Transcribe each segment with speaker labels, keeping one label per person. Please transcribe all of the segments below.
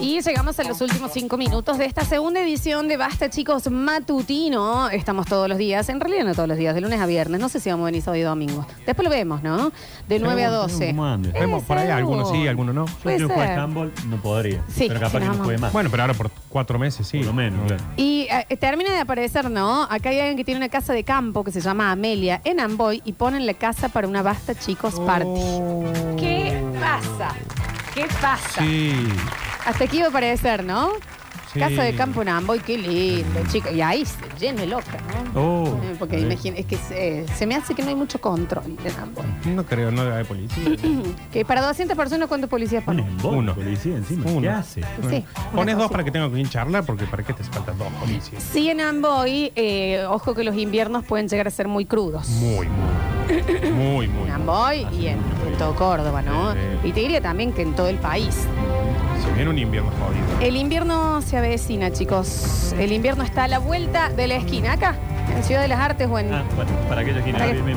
Speaker 1: Y llegamos a los últimos cinco minutos de esta segunda edición de Basta, chicos, matutino. Estamos todos los días, en realidad no todos los días, de lunes a viernes. No sé si vamos a venir sábado y domingo. Después lo vemos, ¿no? De 9 a 12.
Speaker 2: ¿Cómo anda?
Speaker 1: Eh,
Speaker 3: Vemos por ahí,
Speaker 1: seguro.
Speaker 3: algunos sí, algunos no.
Speaker 2: Yo
Speaker 1: puede
Speaker 2: quiero jugar
Speaker 1: ser.
Speaker 2: handball, no podría.
Speaker 1: Sí,
Speaker 2: pero capaz
Speaker 1: sí,
Speaker 2: que no
Speaker 1: nada
Speaker 2: puede más.
Speaker 3: Bueno, pero ahora por cuatro meses sí.
Speaker 2: por lo menos. claro.
Speaker 1: Y eh, termina de aparecer, ¿no? Acá hay alguien que tiene una casa de campo que se llama Amelia en Amboy y ponen la casa para una Basta, chicos, party.
Speaker 3: Oh.
Speaker 1: ¿Qué pasa? ¿Qué pasa?
Speaker 3: Sí.
Speaker 1: Hasta aquí iba a aparecer, ¿no?
Speaker 3: Sí.
Speaker 1: Casa de campo en Amboy, qué lindo, chicos. Y ahí se llena el loca, ¿no?
Speaker 3: Oh.
Speaker 1: Eh, Porque imagina, es que se, se me hace que no hay mucho control en ambos.
Speaker 3: No creo, no hay policía.
Speaker 1: Que para 200 personas, ¿cuántos policías
Speaker 2: Un
Speaker 1: ponen?
Speaker 2: embole,
Speaker 3: Uno.
Speaker 2: policía encima. ¿Qué
Speaker 3: Uno.
Speaker 2: hace?
Speaker 1: Sí, una
Speaker 3: Pones dos
Speaker 1: cosa.
Speaker 3: para que tenga con quién charlar, porque para qué te faltan dos policías.
Speaker 1: Sí, en Amboy, eh, ojo que los inviernos pueden llegar a ser muy crudos.
Speaker 3: Muy, muy. Muy, muy.
Speaker 1: En Amboy y en, en todo Córdoba, ¿no?
Speaker 3: Sí.
Speaker 1: Y te diría también que en todo el país.
Speaker 3: Se viene un invierno jodido.
Speaker 1: El invierno se avecina, chicos. El invierno está a la vuelta de la esquina, acá, en Ciudad de las Artes o en...
Speaker 2: Ah, bueno, para aquellos que no
Speaker 1: Para que-
Speaker 2: viven-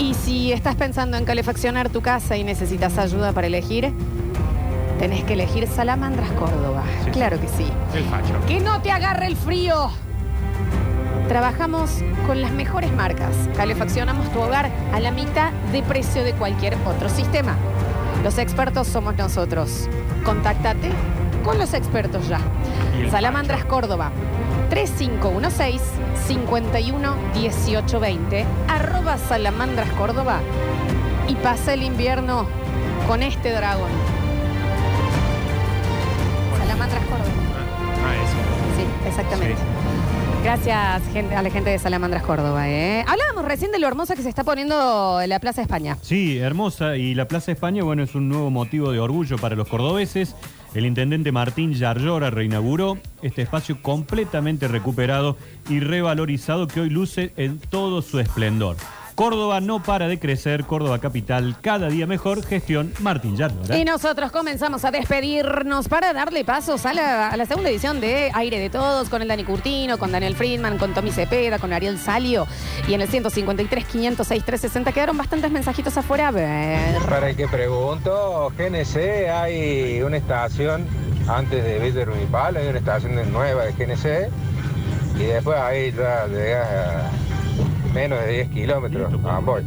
Speaker 1: Y si estás pensando en calefaccionar tu casa y necesitas ayuda para elegir, tenés que elegir Salamandras Córdoba.
Speaker 3: Sí.
Speaker 1: Claro que sí.
Speaker 3: El facho.
Speaker 1: Que no te agarre el frío. Trabajamos con las mejores marcas. Calefaccionamos tu hogar a la mitad de precio de cualquier otro sistema. Los expertos somos nosotros. Contáctate con los expertos ya.
Speaker 3: Y el
Speaker 1: Salamandras Córdoba. 3516-511820. Arroba Salamandras Córdoba. Y pasa el invierno con este dragón. Salamandras Córdoba.
Speaker 3: Ah, eso.
Speaker 1: Sí, exactamente. Gracias gente- a la gente de Salamandras Córdoba. ¿eh? Hablábamos recién de lo hermosa que se está poniendo la Plaza España.
Speaker 2: Sí, hermosa. Y la Plaza España, bueno, es un nuevo motivo de orgullo para los cordobeses. El intendente Martín Yarlora reinauguró este espacio completamente recuperado y revalorizado que hoy luce en todo su esplendor. Córdoba no para de crecer, Córdoba capital cada día mejor, gestión Martín Yarlora.
Speaker 1: Y nosotros comenzamos a despedirnos para darle pasos a la, a la segunda edición de Aire de Todos con el Dani Curtino, con Daniel Friedman, con Tommy Cepeda, con Ariel Salio. Y en el 153, 506, 360 quedaron bastantes mensajitos afuera. A ver.
Speaker 4: Para el que pregunto, GNC, hay una estación antes de Villa Municipal, hay una estación de- nueva de GNC, y después ahí ya llegas a menos de 10 kilómetros a Amboy.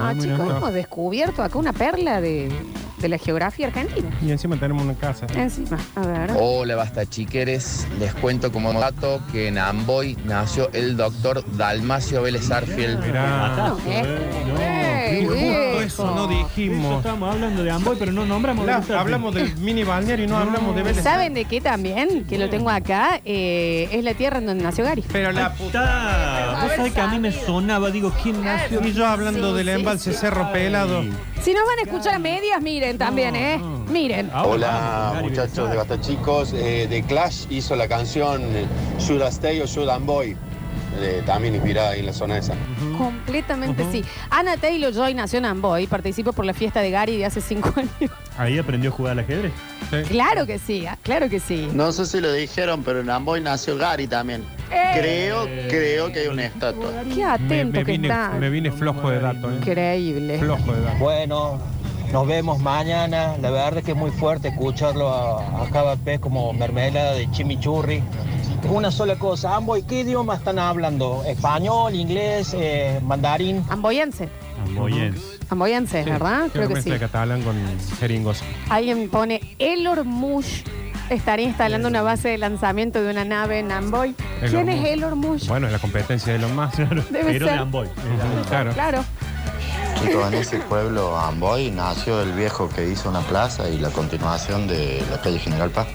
Speaker 1: Ah,
Speaker 2: Muy
Speaker 1: chicos,
Speaker 2: bueno.
Speaker 1: hemos descubierto acá una perla de, de la geografía argentina.
Speaker 3: Y encima tenemos una casa.
Speaker 1: Encima, a ver.
Speaker 5: Hola, basta chiqueres. Les cuento como dato que en Amboy nació el doctor Dalmacio Vélez Arfield.
Speaker 2: Matazo,
Speaker 1: No,
Speaker 2: eh, no.
Speaker 1: eh,
Speaker 3: Y justo
Speaker 1: viejo.
Speaker 3: eso no
Speaker 2: Eso
Speaker 3: dijimos.
Speaker 2: estábamos hablando de Amboy, pero no nombramos.
Speaker 3: La-
Speaker 2: Vélez Arfield.
Speaker 3: hablamos del mini balneario y no hablamos de Vélez.
Speaker 1: ¿Saben de qué también? Que lo tengo acá. eh, es la tierra en donde nació Gary.
Speaker 3: Pero la
Speaker 2: Ahí
Speaker 3: puta.
Speaker 2: está. Vos sabés que a mí me sonaba, digo, ¿quién nació?
Speaker 3: Y yo hablando del embalse Cerro Pelado.
Speaker 1: Si nos van a escuchar a medias, miren también, ¿eh? Miren.
Speaker 3: Ah.
Speaker 6: Hola muchachos de Basta Chicos, eh, The Clash hizo la canción Should I Stay o Should I Boy, eh, también inspirada ahí en la zona esa.
Speaker 1: Completamente sí. Ana Taylor Joy nació en Amboy. Participó por la fiesta de Gary de hace cinco años.
Speaker 2: Ahí aprendió a jugar al ajedrez.
Speaker 3: Sí.
Speaker 1: Claro que sí, ah, claro que sí.
Speaker 6: No sé si lo dijeron, pero en Amboy nació Gary también. Creo, creo que hay una estatua.
Speaker 1: Qué
Speaker 3: Me,
Speaker 1: atento
Speaker 3: me
Speaker 1: que
Speaker 3: vine,
Speaker 1: está.
Speaker 3: me vine flojo de datos. eh.
Speaker 1: Increíble.
Speaker 3: Flojo de datos.
Speaker 7: Bueno, nos vemos mañana. La verdad es que es muy fuerte escucharlo a, a cada pez como mermelada de chimichurri. Es una sola cosa. Ambos, ¿qué idioma están hablando? ¿Español, inglés, eh, mandarín?
Speaker 1: Amboyense.
Speaker 2: Amboyense.
Speaker 1: Amboyense, ¿verdad? Creo que sí.
Speaker 3: mezcla catalán con jeringos.
Speaker 1: Alguien pone el Ormush. Estaría instalando una base de lanzamiento de una nave en Amboy.
Speaker 3: El
Speaker 1: ¿Quién
Speaker 3: Ormush.
Speaker 1: es el Ormush?
Speaker 3: Bueno, es la competencia de los más.
Speaker 1: Debe
Speaker 2: Pero
Speaker 1: ser.
Speaker 2: de Amboy.
Speaker 3: Claro.
Speaker 1: Claro.
Speaker 8: Chicos, en ese pueblo, Amboy, nació el viejo que hizo una plaza y la continuación de la calle General Paz.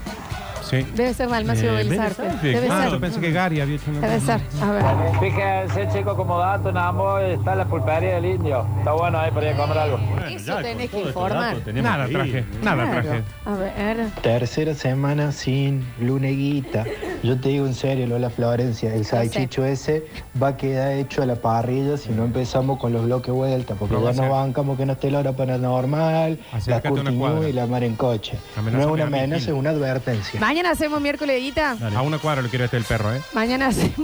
Speaker 3: Sí.
Speaker 1: Debe ser Dalmacio
Speaker 2: Eh,
Speaker 1: Vélez
Speaker 2: Vélez
Speaker 1: Arfield.
Speaker 2: Arfield,
Speaker 1: Debe
Speaker 3: Ah, yo
Speaker 1: ser.
Speaker 3: pensé que Gary había hecho una.
Speaker 1: Debe ser. A ver.
Speaker 7: Fíjense, chicos, como dato, en Amboy está la pulpería del indio. Está bueno ahí para ir a comer algo.
Speaker 1: Eso tenés que informar.
Speaker 3: Nada traje, nada
Speaker 1: Claro.
Speaker 3: traje.
Speaker 1: A ver.
Speaker 9: Tercera semana sin luneguita. Yo te digo en serio, Lola Florencia, el salchicho ese va a quedar hecho a la parrilla si no empezamos con los bloques vuelta, porque
Speaker 3: No va a
Speaker 9: ya nos
Speaker 3: ser.
Speaker 9: bancamos que no esté la hora paranormal, la
Speaker 3: Acércate a una
Speaker 9: curtinú
Speaker 3: cuadra.
Speaker 9: y la mar en coche.
Speaker 3: Amenaza
Speaker 9: no es una
Speaker 3: a mi
Speaker 9: amenaza,
Speaker 3: Gil.
Speaker 9: es una advertencia.
Speaker 1: Mañana hacemos miércoles de guita.
Speaker 2: Dale.
Speaker 3: A una cuadra lo quiero este el perro, ¿eh?
Speaker 1: Mañana hacemos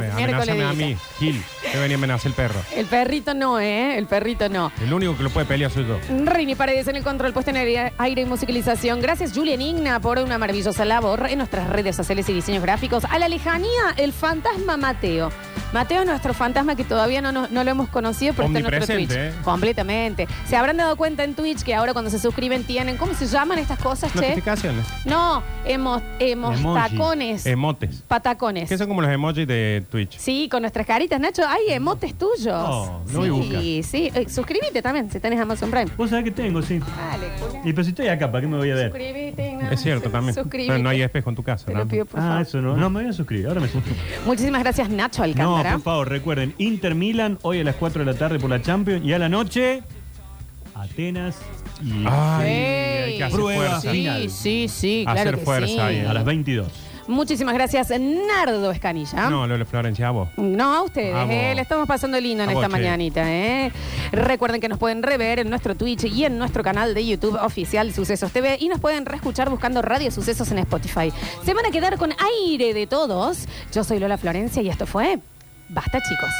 Speaker 3: me-
Speaker 1: Oh, miércoles
Speaker 3: amenázame
Speaker 1: de
Speaker 3: a
Speaker 1: guita.
Speaker 3: mí, Gil. Te venía a amenazar el perro.
Speaker 1: El perrito no, ¿eh? El perrito no.
Speaker 3: El único que lo puede pelear soy yo.
Speaker 1: Rini Paredes en el control, puesta en aire- aire y musicalización. Gracias, Julian Igna, por una maravillosa labor en nuestras redes sociales y diseños gráficos. A la lejanía, el fantasma Mateo. Mateo es nuestro fantasma que todavía no, nos- no lo hemos conocido, pero está en nuestro Twitch.
Speaker 3: Omnipresente, ¿eh?
Speaker 1: Completamente. Se habrán dado cuenta en Twitch que ahora cuando se suscriben tienen, ¿cómo se llaman estas cosas, che?
Speaker 3: Notificaciones.
Speaker 1: No, hemos, hemos
Speaker 2: Emoji.
Speaker 1: tacones.
Speaker 3: Emotes.
Speaker 1: patacones.
Speaker 3: Que son como los emojis de Twitch.
Speaker 1: Sí, con nuestras caritas, Nacho. Hay emotes tuyos.
Speaker 2: No, no voy a
Speaker 1: sí, sí. Eh, suscríbete también si tenés Amazon Prime. Ah.
Speaker 2: Vos sabés que tengo, sí.
Speaker 1: Dale, culo.
Speaker 2: Y pero si estoy acá, ¿para qué me voy a ver?
Speaker 1: Suscríbete. nada
Speaker 3: Es cierto
Speaker 1: más.
Speaker 3: también.
Speaker 1: Ah, Suscríbete.
Speaker 3: Pero no hay espejo en tu casa,
Speaker 1: Te
Speaker 3: ¿no?
Speaker 1: lo pido, por
Speaker 2: Ah,
Speaker 1: favor.
Speaker 2: eso no. No, me voy a suscribir, ahora me suscribo.
Speaker 1: Muchísimas gracias, Nacho
Speaker 2: No,
Speaker 1: Alcántara.
Speaker 2: por favor, recuerden, Inter Milan, hoy a las 4 de la tarde por la Champions y a la noche, Atenas y
Speaker 3: Ay,
Speaker 1: Ey.
Speaker 3: hay que hacer
Speaker 2: Prueba,
Speaker 3: fuerza.
Speaker 2: sí.
Speaker 1: sí,
Speaker 2: final.
Speaker 1: sí, sí, claro
Speaker 3: Hacer
Speaker 1: que
Speaker 3: fuerza
Speaker 1: sí.
Speaker 3: ahí,
Speaker 2: a las 22.
Speaker 1: Muchísimas gracias, Nardo
Speaker 2: ¿Ah?
Speaker 1: Escanilla.
Speaker 3: No, Lola Florencia, a vos.
Speaker 1: No, a ustedes,
Speaker 3: A vos.
Speaker 1: eh, le estamos pasando lindo en
Speaker 3: A
Speaker 1: esta
Speaker 3: vos, che.
Speaker 1: mañanita. eh. Recuerden que nos pueden rever en nuestro Twitch y en nuestro canal de YouTube oficial Sucesos TV y nos pueden reescuchar buscando Radio Sucesos en Spotify. Se van a quedar con aire de todos. Yo soy Lola Florencia y esto fue Basta, chicos.